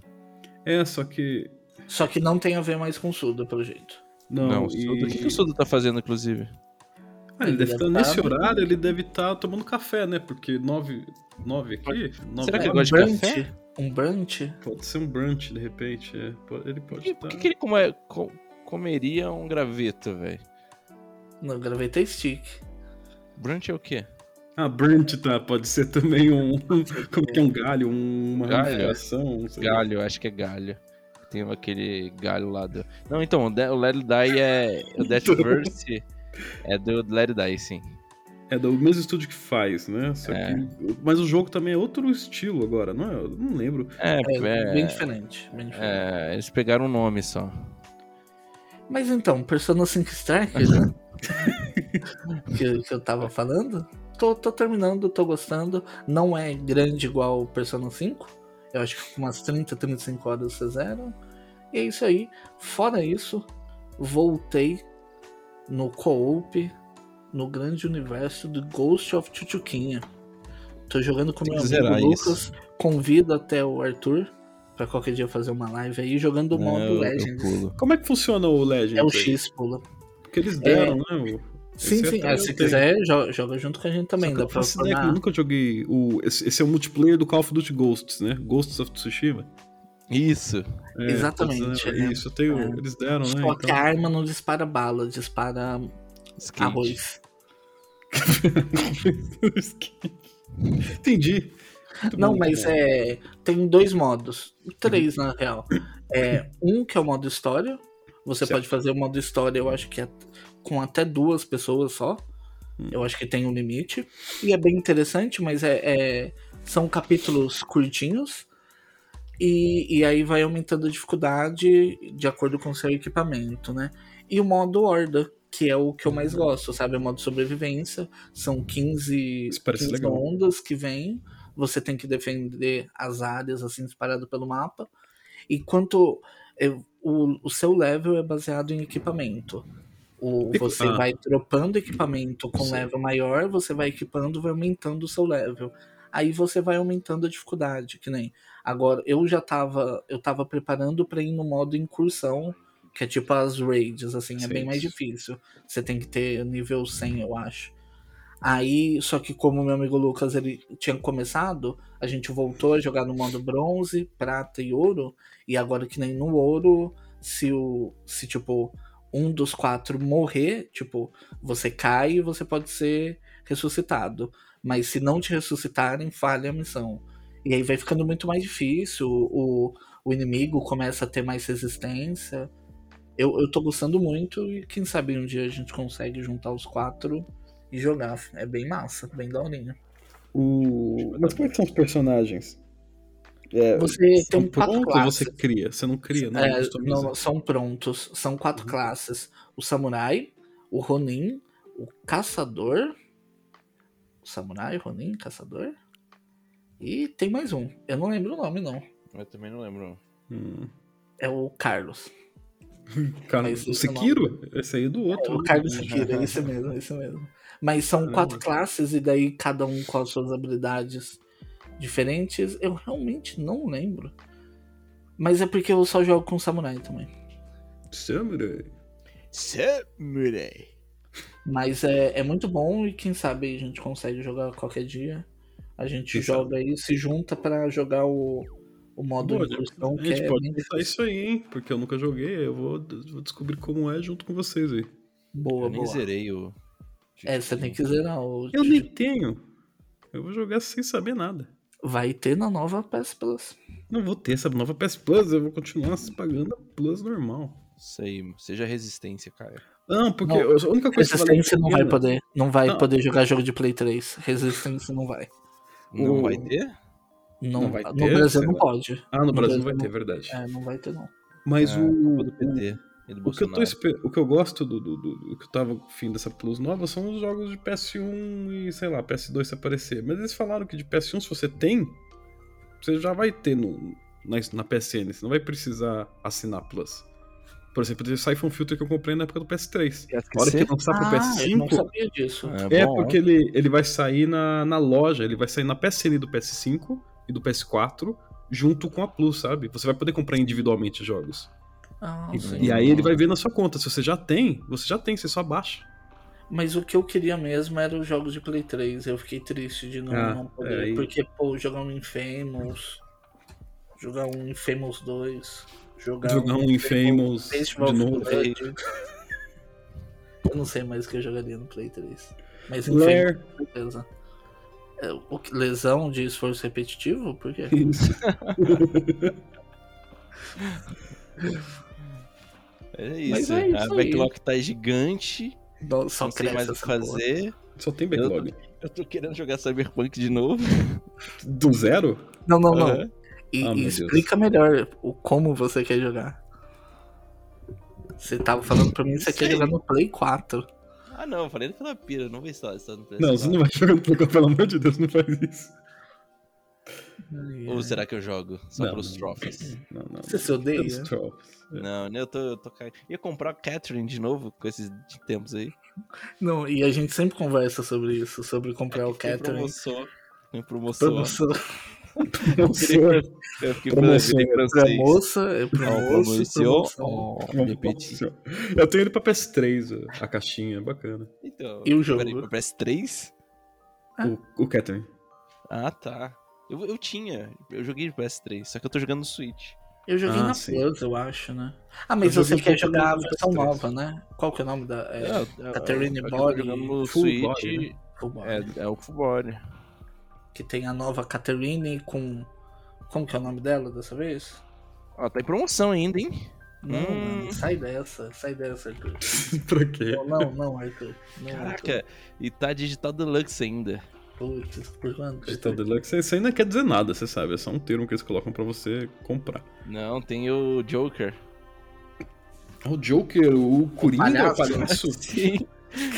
É, só que. Só que não tem a ver mais com Suda, pelo jeito. Não, Não, o e... Suda- o que, que o Suda tá fazendo, inclusive? Ah, ele Ele deve estar deve tá- nesse horário, ele deve estar tomando café, né? Porque nove, nove aqui. Nove Será que É, ele um gosta de brunch? café? Um brunch? Pode ser um brunch, de repente. é. Po- Ele Por pode que, estar. por que que ele come- co- comeria um graveto, velho? Não, graveta é stick. Brunch é o quê? Ah, brunch, tá. Pode ser também um. Como que é um galho? um- Uma Galho. refeição. não sei. Galho, acho que é galho. Tem aquele galho lá do... Não, então, o, De o Let It Die é... O Deathverse é do Let It Die, sim. É do mesmo estúdio que faz, né? Só É. que- Mas o jogo também é outro estilo agora, não é? Eu não lembro. É, É, bem é, diferente. Bem diferente. é, eles pegaram o nome só. Mas então, Persona 5 Strikers, né? que, que eu tava falando, tô, tô terminando, tô gostando. Não é grande igual o Persona 5. Eu acho que com umas 30, 35 horas você zera. E é isso aí. Fora isso, voltei no co-op, no grande universo do Ghost of Chuchuquinha. Tô jogando com meu que amigo zerar isso. Lucas. Convido até o Arthur pra qualquer dia fazer uma live aí jogando o Não, modo eu- eu Legends. pulo. Como é que funciona o Legend? É o X, pula. Porque eles deram, né? O... Sim, Esse sim. até Ah, eu se tenho. quiser, jo- joga, junto com a gente também. Só que Dá eu pra faço ideia que formar. eu nunca joguei o. Esse, esse é o multiplayer do Call of Duty Ghosts, né? Ghosts of Tsushima. Isso. É, Exatamente, tá dizendo, né? Isso, eu tenho, É. eles deram, né? Só que a então. arma não dispara bala, dispara Skate. arroz. Entendi. Muito Não, bom, mas então. muito bom. Uhum. é. Tem dois modos. Três, na real. É, um que é o modo história. Você Certo. pode fazer o modo história, eu acho que é com até duas pessoas só. Hum. Eu acho que tem um limite. E é bem interessante, mas é, é- são capítulos curtinhos. E, e aí vai aumentando a dificuldade de acordo com o seu equipamento, né? E o modo horda, que é o que eu mais Uhum. gosto, sabe? É O modo sobrevivência. São 15, Isso parece 15 legal. ondas que vêm. Você tem que defender as áreas assim separado pelo mapa. E quanto é, o, o seu level é baseado em equipamento. O, E- você ah. vai dropando equipamento com Sim. level maior, você vai equipando, vai aumentando o seu level. Aí você vai aumentando a dificuldade, que nem. Agora, eu já tava. Eu tava preparando pra ir no modo incursão, que é tipo as raids, assim, é bem Sim. mais difícil. Você tem que ter nível 100, eu acho. Aí, só que como meu amigo Lucas ele tinha começado, a gente voltou a jogar no modo bronze, prata e ouro. E agora que nem no ouro, se o se tipo um dos quatro morrer, tipo, você cai e você pode ser ressuscitado. Mas se não te ressuscitarem, falha a missão. E aí vai ficando muito mais difícil, o, o inimigo começa a ter mais resistência. Eu, eu tô gostando muito e quem sabe um dia a gente consegue juntar os quatro e jogar. É bem massa, bem daorinha. O... Mas como é que são os personagens? É, Você tem um Então, quatro pronto ou classes. você cria? Você não cria, não? Uhum. É, customiza? não, são prontos. São quatro classes: o samurai, o ronin, o caçador. Samurai, ronin, caçador. E tem mais um. Eu não lembro o nome, não. Eu também não lembro. Hum. É o Carlos. Cara, Mas o isso é uma- Sekiro? Esse aí é do É outro. o Carlos Sekiro, é isso mesmo, é isso mesmo. Mas são Caramba. quatro classes e daí cada um com as suas habilidades diferentes. Eu realmente não lembro. Mas é porque eu só jogo com samurai também. Samurai. Samurai. Mas é, é muito bom e quem sabe a gente consegue jogar qualquer dia. A gente Quem joga aí, se junta pra jogar o, o modo Pô, de incursão, né? a que gente é pode bem pensar isso aí, hein? Porque eu nunca joguei, eu vou, vou descobrir como é junto com vocês aí. boa, Eu nem boa. zerei o. É, você tem que zerar. O... Eu nem tenho. Eu vou jogar sem saber nada. Vai ter na nova PS Plus. Não vou ter essa nova PS Plus, eu vou continuar pagando a Plus normal. Isso aí, seja resistência, cara. Não, porque Não, a única coisa que vale a Resistência não vai pena- poder, não vai Não. poder jogar jogo de Play 3. Resistência não vai. Não O- vai ter? Não, Não vai no ter, Brasil sei não lá. pode. Ah, no, Brasil Brasil vai não. ter, é verdade. É, É, não vai ter não. Mas Ah, o, culpa do PT e do o que eu Bolsonaro. tô esper- o que eu gosto do, do, do- do que eu tava fim dessa Plus nova são os jogos de PS1 e sei lá, PS2 se aparecer. Mas eles falaram que de PS1 se você tem, você já vai ter no, na, na PSN, você não vai precisar assinar a Plus. Por exemplo, esse iPhone Filter que eu comprei na época do PS3. é Na hora que lançar pro Ah, eu não PS5, sabia disso. É, Ah, bom, porque ele, ele vai sair na, na loja, ele vai sair na PSN do PS5 e do PS4, junto com a Plus, sabe? Você vai poder comprar individualmente os jogos. Ah, E- sim. e, aí ele vai ver na sua conta. Se você já tem, você já tem, você só baixa. Mas o que eu queria mesmo era os jogos de Play 3. Eu fiquei triste de não, Ah, não poder. é, e- Porque, pô, jogar um Infamous, jogar um Infamous 2, jogar, Jogar um Infamous Festival de of novo. Blood. Eu não sei mais o que eu jogaria no Play 3. Mas Infamous, Lair. com certeza. É, o que- lesão de esforço repetitivo? Por quê? Isso. É isso. Mas é isso a aí. backlog tá gigante. Não- Só não sei cresce mais o que essa porra. fazer. Só tem backlog. Eu tô querendo jogar Cyberpunk de novo. Do zero? Não, não, não. Aham. E, e Ah, meu Deus. explica melhor o como você quer jogar. Você tava falando pra mim que você quer Sei. jogar no Play 4. Ah, não, eu falei naquela pira, não vê se tá se tá no preço. Não, você não vai jogando Pokémon, pelo amor de Deus, não faz isso. Ou será que eu jogo? Só Não, pelos não. trophies. Não, não. Você se odeia? Pelos trophies. É. Não, né? Eu tô. Eu tô ca- Ia comprar Catherine de novo com esses tempos aí. Não, e a gente sempre conversa sobre isso, sobre comprar o Tem Catherine. promoção. Tem promoção. Promoção É um eu sou- Eu fiquei Promoção, virei pra francês. moça, é pra Ó, moço, promoção. promoção. Ó, Vamos repeti. lá. é um Eu tenho ele pra PS3, a caixinha, é bacana. Então, E o jogo? Peraí, pra PS3? Ah. O, o Catherine. Ah, tá. Eu, eu tinha. Eu joguei de PS3, só que eu tô jogando no Switch. Eu joguei Ah, na sim. Plus, eu acho, né? Ah, mas Eu você joguei quer um pouco jogar a no versão PS3. nova, né? Qual que é o nome da. É, É, Catherine eu- eu Body, né? tô jogando no Full Switch. Body, Fullball. É, é o Full Body. Que tem a nova Catherine com. Como que é o nome dela dessa vez? Ó, tá em promoção ainda, hein? Não, Hum. mano, sai dessa, sai dessa, Arthur. pra quê? Não, não, não, Arthur. Não, Arthur. Caraca, e tá digital deluxe ainda. Putz, por quanto? Digital Arthur? Deluxe, isso aí não quer dizer nada, você sabe. É só um termo que eles colocam pra você comprar. Não, tem o Joker. É o Joker, o Coringa, é o palhaço. palhaço. Sim.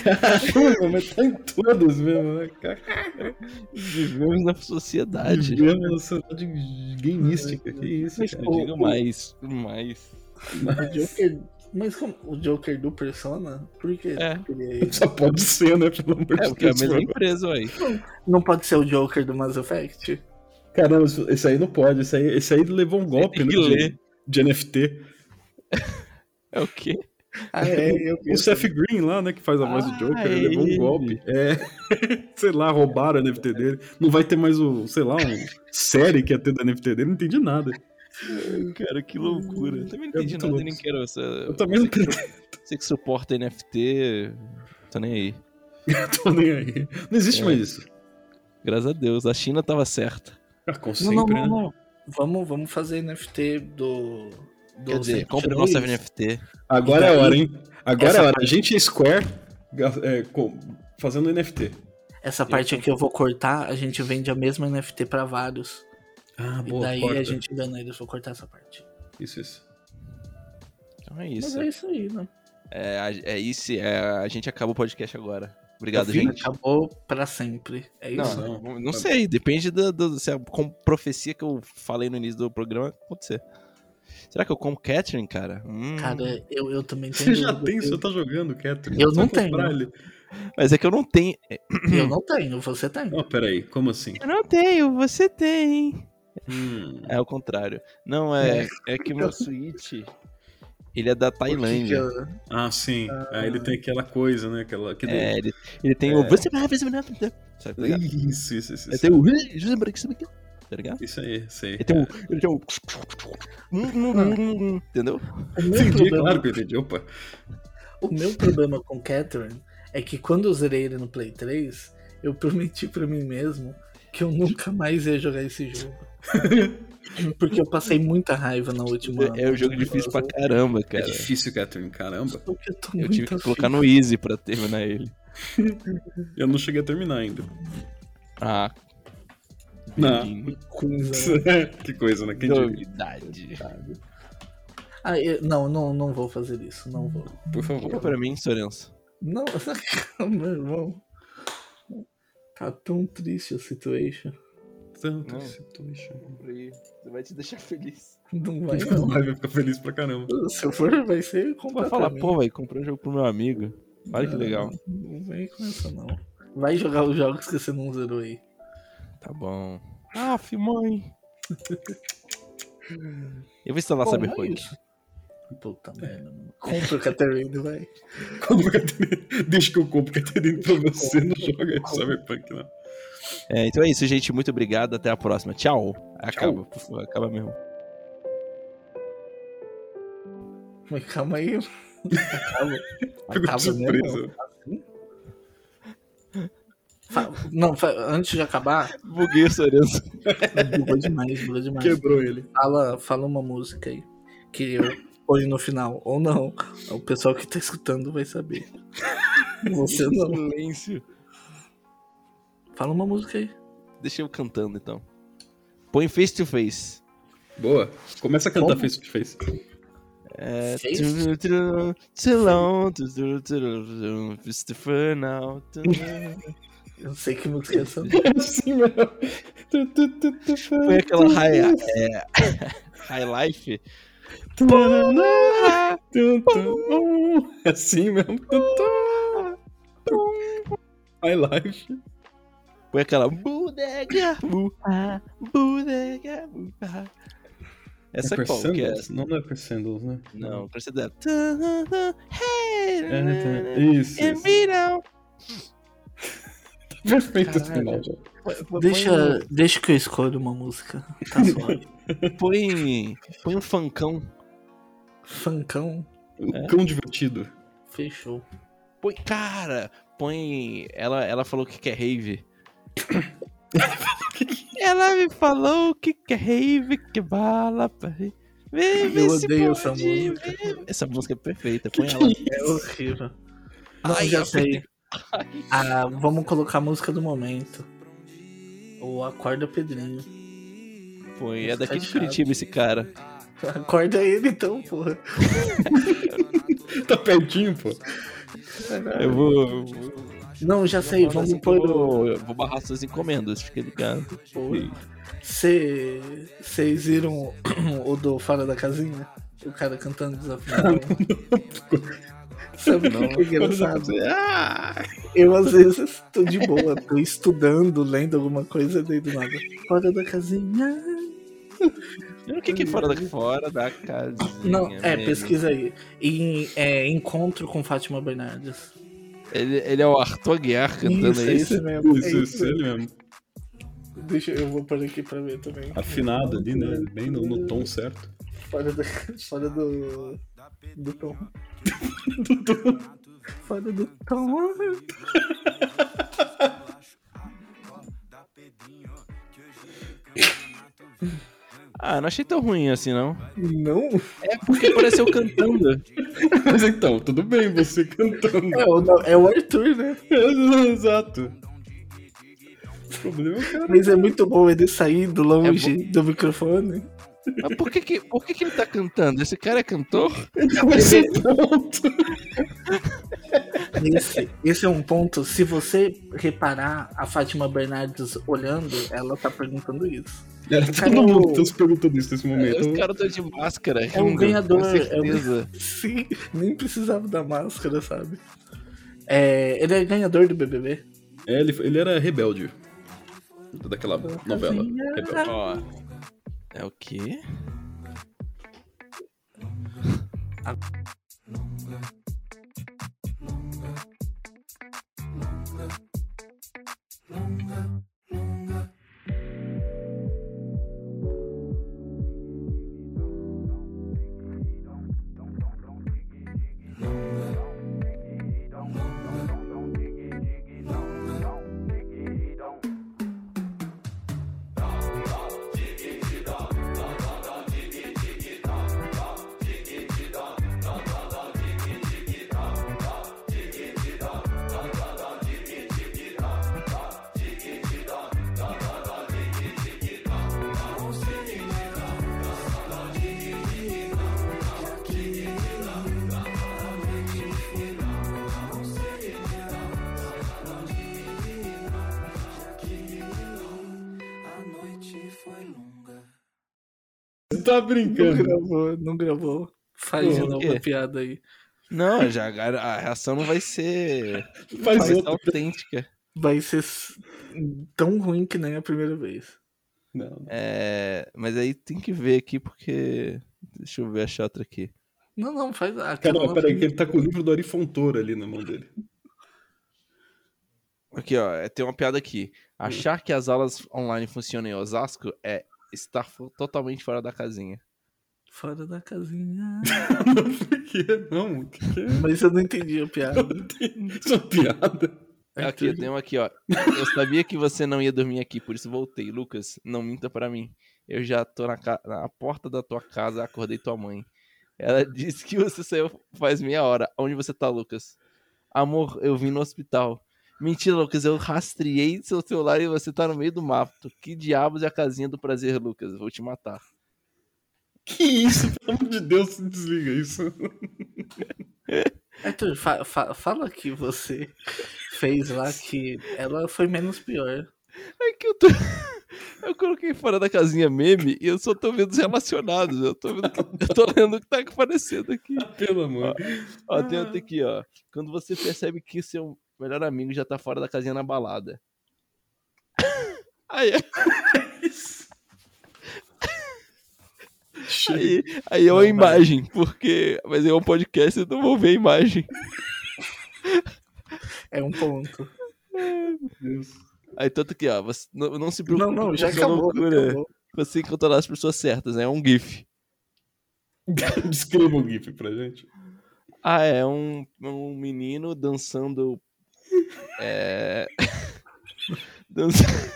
Caramba, mas tá em todas mesmo, né? Caraca, Vivemos na sociedade. Vivemos na sociedade tá gameística, que isso, Mas, cara. eu digo mais, mais. O Joker. Mas como o Joker do Persona? Por que É. seria isso? Só pode ser, né? Pelo amor É, de porque é a Deus. mesma mano. empresa, ué. Não pode ser o Joker do Mass Effect? Caramba, isso- esse aí não pode. Esse aí, esse aí levou um golpe, tem né? que De, ler. de NFT. É o quê? Ah, é, eu O Seth Green lá, né? Que faz a voz do Ah, Joker, é ele levou um ele. golpe. É. sei lá, roubaram a NFT dele. Não vai ter mais o, sei lá, um série que ia ter da NFT dele, não entendi nada. Cara, que loucura. Eu também não É entendi muito nada, louco. nem quero essa. Eu também não sei que- Sei que suporta NFT. Tô nem aí. tô nem aí. Não existe É. mais isso. Graças a Deus, a China tava certa. Ah, com Não, não, sempre, não, né? não. Vamos, vamos fazer NFT do. do Quer dizer, é Sonic compra 2. nossa NFT. Agora E daí- é a hora, hein? Agora Essa- é a hora. A gente é Square ga- é, com- fazendo NFT. Essa parte aqui eu vou cortar, a gente vende a mesma NFT pra vários. Ah, E boa, daí corta. a gente engana eles, vou cortar essa parte. Isso, isso. Então é Mas isso. é isso aí, né? É, a- é isso. é, a gente acaba o podcast agora. Obrigado, Enfim, gente. Acabou pra sempre. É Não, isso. não. não, tá não sei, depende da, da- se a com- profecia que eu falei no início do programa acontecer. Será que eu como Catherine, cara? Hum, Cara, eu, eu também tenho. Você já dúvida. tem, você tá jogando, Catherine. Eu Você vai não tenho. comprar ele. Mas é que eu não tenho. Eu, eu não tenho, você tem. Não, peraí, como assim? Eu não tenho, você tem. Hum, É o contrário. Não, é, é que o meu Switch, ele é da Tailândia. Porque, Ah, sim. Aí ele tem aquela coisa, né? Aquela, aquele... É, ele, ele tem o. Você vai, você vai, você vai. Sabe, tá ligado? Isso, isso, isso. Ele Isso, tem o. Tá ligado? isso aí, isso aí. Ele tem o. Ele tem o. Hum, hum, hum, hum, Entendeu? uh, o, meu Entendi, problema, claro que eu entendi. Opa. é o meu problema com Catherine é que quando eu zerei ele no Play 3, eu prometi pra mim mesmo que eu nunca mais ia jogar esse jogo. Porque eu passei muita raiva na última. É um jogo difícil pra caramba, É cara. difícil, Catherine, caramba. Porque Eu, tô Eu muito tive que afim. colocar no Easy pra terminar ele. Eu não cheguei a terminar ainda. Ah. Não. verdinho. Coisa. que coisa, né? Quem diria? Novidade. Ah, eu- não, não, não vou fazer isso, não vou. Por Fica favor. pra mim, Sorenso. Não, meu irmão. Tá tão triste a situation. Tanto Não. situation. Você vai te deixar feliz. Não vai O não. Live vai ficar feliz pra caramba. Se eu for, vai ser Vai completamente. falar, pô, vai comprei um jogo pro meu amigo. Olha que Não, legal. Não vem com essa, não. Vai jogar os jogos que você não zerou aí. Tá bom. Ah, mãe. Eu vou instalar Bom, é Cyberpunk. isso. Puta merda, mano. Compra o Caterine, vai. Compra, Catherine. Deixa que eu compro, Catherine, pra você. Não joga Cyberpunk, não. É, então é isso, gente. Muito obrigado. Até a próxima. Tchau. Acaba, por favor, acaba mesmo. Mas calma aí. Acaba. Ficou Acaba né, mesmo. surpresa. Fa- Não, fa- antes de acabar, é, Buguei o Sorenso. bugou demais, bugou demais. Quebrou ele. fala, fala uma música aí que eu ponho no final, ou não. O pessoal que tá escutando vai saber. Você não. Silêncio. Fala uma música aí. Deixa eu cantando, então. Põe face to face. Boa. Começa a cantar Como? face to face. É, Face? tru- tru- too long, tru- tru- tru- tru- it's the fun now, tru- Eu não sei que música é essa. assim, mano. Tu, tu, tu, tu, tu. Foi aquela high, é, high life. Tanana, tum, tum. É assim mesmo. Tum, tum. High life. Foi aquela bodega, buha, bodega, buha. Essa é qual que é? Sandals? Não, não é per Sandals, né? Não, parece dela. Tanana, hey, né, É, tá. nanana, Isso. and isso. me now. Perfeito esse Caralho. final, já. Põe- Deixa, deixa que eu escolho uma música. Tá suave. Põe, põe um fancão. Fancão, O É. cão divertido. fechou. Põe, cara, põe. Ela, ela falou o que que é rave. ela me falou o que que é rave, que bala. pra rave. Vive Eu se odeio essa pode, música. vive. Essa música é perfeita, põe ela. É horrível. Não, Ai, já eu- sei. Ah, vamos colocar a música do momento. O Acorda Pedrinho. Põe. É daqui de Chateado. Curitiba esse cara. Acorda ele então, porra. Tá pertinho, pô. Eu vou. Eu vou, Não, já sei, falar vamos assim que pôr eu o. vou, eu vou barrar suas encomendas, fica ligado. Vocês viram o do Fora da Casinha? O cara cantando desafinado. Sabe o que é engraçado? Eu, às vezes, tô de boa, tô estudando, lendo alguma coisa, daí do nada. Fora da casinha. O que, que é fora da, fora da casinha? Não, é, mesmo? pesquisa aí. Em, é, encontro com Fátima Bernardes. Ele, ele é o Arthur Aguiar cantando Isso, é isso. isso mesmo. Isso, é isso, isso. ele mesmo. Deixa eu vou pôr aqui pra ver também. Afinado ali, né? Bem no, no tom certo. Fora do. Fora do. Do tom. Fora do tom. Ah, não achei tão ruim assim, não. Não? É porque pareceu cantando. Mas então, tudo bem você cantando. É o, é o Arthur, né? Exato. O problema é o cara. Mas é muito bom ele sair do longe É do microfone. Mas por que, que, por que, que ele tá cantando? Esse cara é cantor? é Esse, esse é um ponto. Se você reparar a Fátima Bernardes olhando, ela tá perguntando isso. Era todo mundo tá se perguntando isso nesse momento. Os caras estão tá de máscara. É um rindo, ganhador, Com é um- certeza. Sim, nem precisava da máscara, sabe? É, ele é ganhador do BBB. É, ele, ele era rebelde. Daquela novela. Rebelde. Ó. É o quê? Você tá Não brincando. gravou, não gravou. Faz de Por novo quê? a piada aí. Não, já a a reação não vai ser Faz vai ser outra. autêntica. Vai ser s- tão ruim que nem a primeira vez. Não. É, mas aí tem que ver aqui porque deixa eu ver achar outra aqui. Não, não, faz. Ah, Cara, aquela- mas peraí, que ele tá com o livro do Ari Fontoura ali na mão dele. Aqui, ó, é- tem uma piada aqui. Achar que as aulas online funcionam em Osasco é estar fo- totalmente fora da casinha. Fora da casinha. Por que não? O que que é? Mas eu não entendi a piada. Isso é uma piada. É Aqui, né? tem uma aqui, ó. Eu sabia que você não ia dormir aqui, por isso voltei. Lucas, não minta pra mim. Eu já tô na, ca- na porta da tua casa, acordei tua mãe. Ela disse que você saiu faz meia hora. Onde você tá, Lucas? Amor, eu vim no hospital. Mentira, Lucas, eu rastreei seu celular e você tá no meio do mato. Que diabos é a casinha do prazer, Lucas? Vou te matar. Que isso, pelo amor de Deus, se desliga isso. Arthur, fa- fa- fala que você fez lá que ela foi menos pior. É que eu tô. Eu coloquei fora da casinha meme e eu só tô vendo os relacionados. Eu tô, vendo que... eu tô lendo o que tá aparecendo aqui. Pelo amor. Ó, tem outra aqui, ó. Quando você percebe que seu melhor amigo já tá fora da casinha na balada. Aí, Chega. aí, aí é uma Não, mas- imagem, porque. Mas é um podcast, eu não vou ver a imagem. É um ponto. Deus. Aí tanto aqui, ó. Você não, não se preocupe. Não, não, com já essa acabou. loucura. acabou. Você encontrará as pessoas certas, né? É um GIF. Descreva o GIF pra gente. Ah, é um, um menino dançando. É. dança-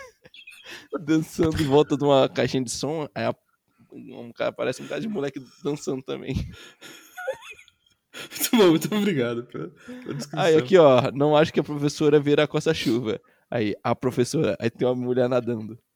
dançando em volta de uma caixinha de som. Aí a- um cara, parece um cara de moleque dançando também. Muito bom, muito obrigado pela, pela descrição. Aí aqui, ó, não acho que a professora verá com essa chuva. Aí, a professora, aí tem uma mulher nadando.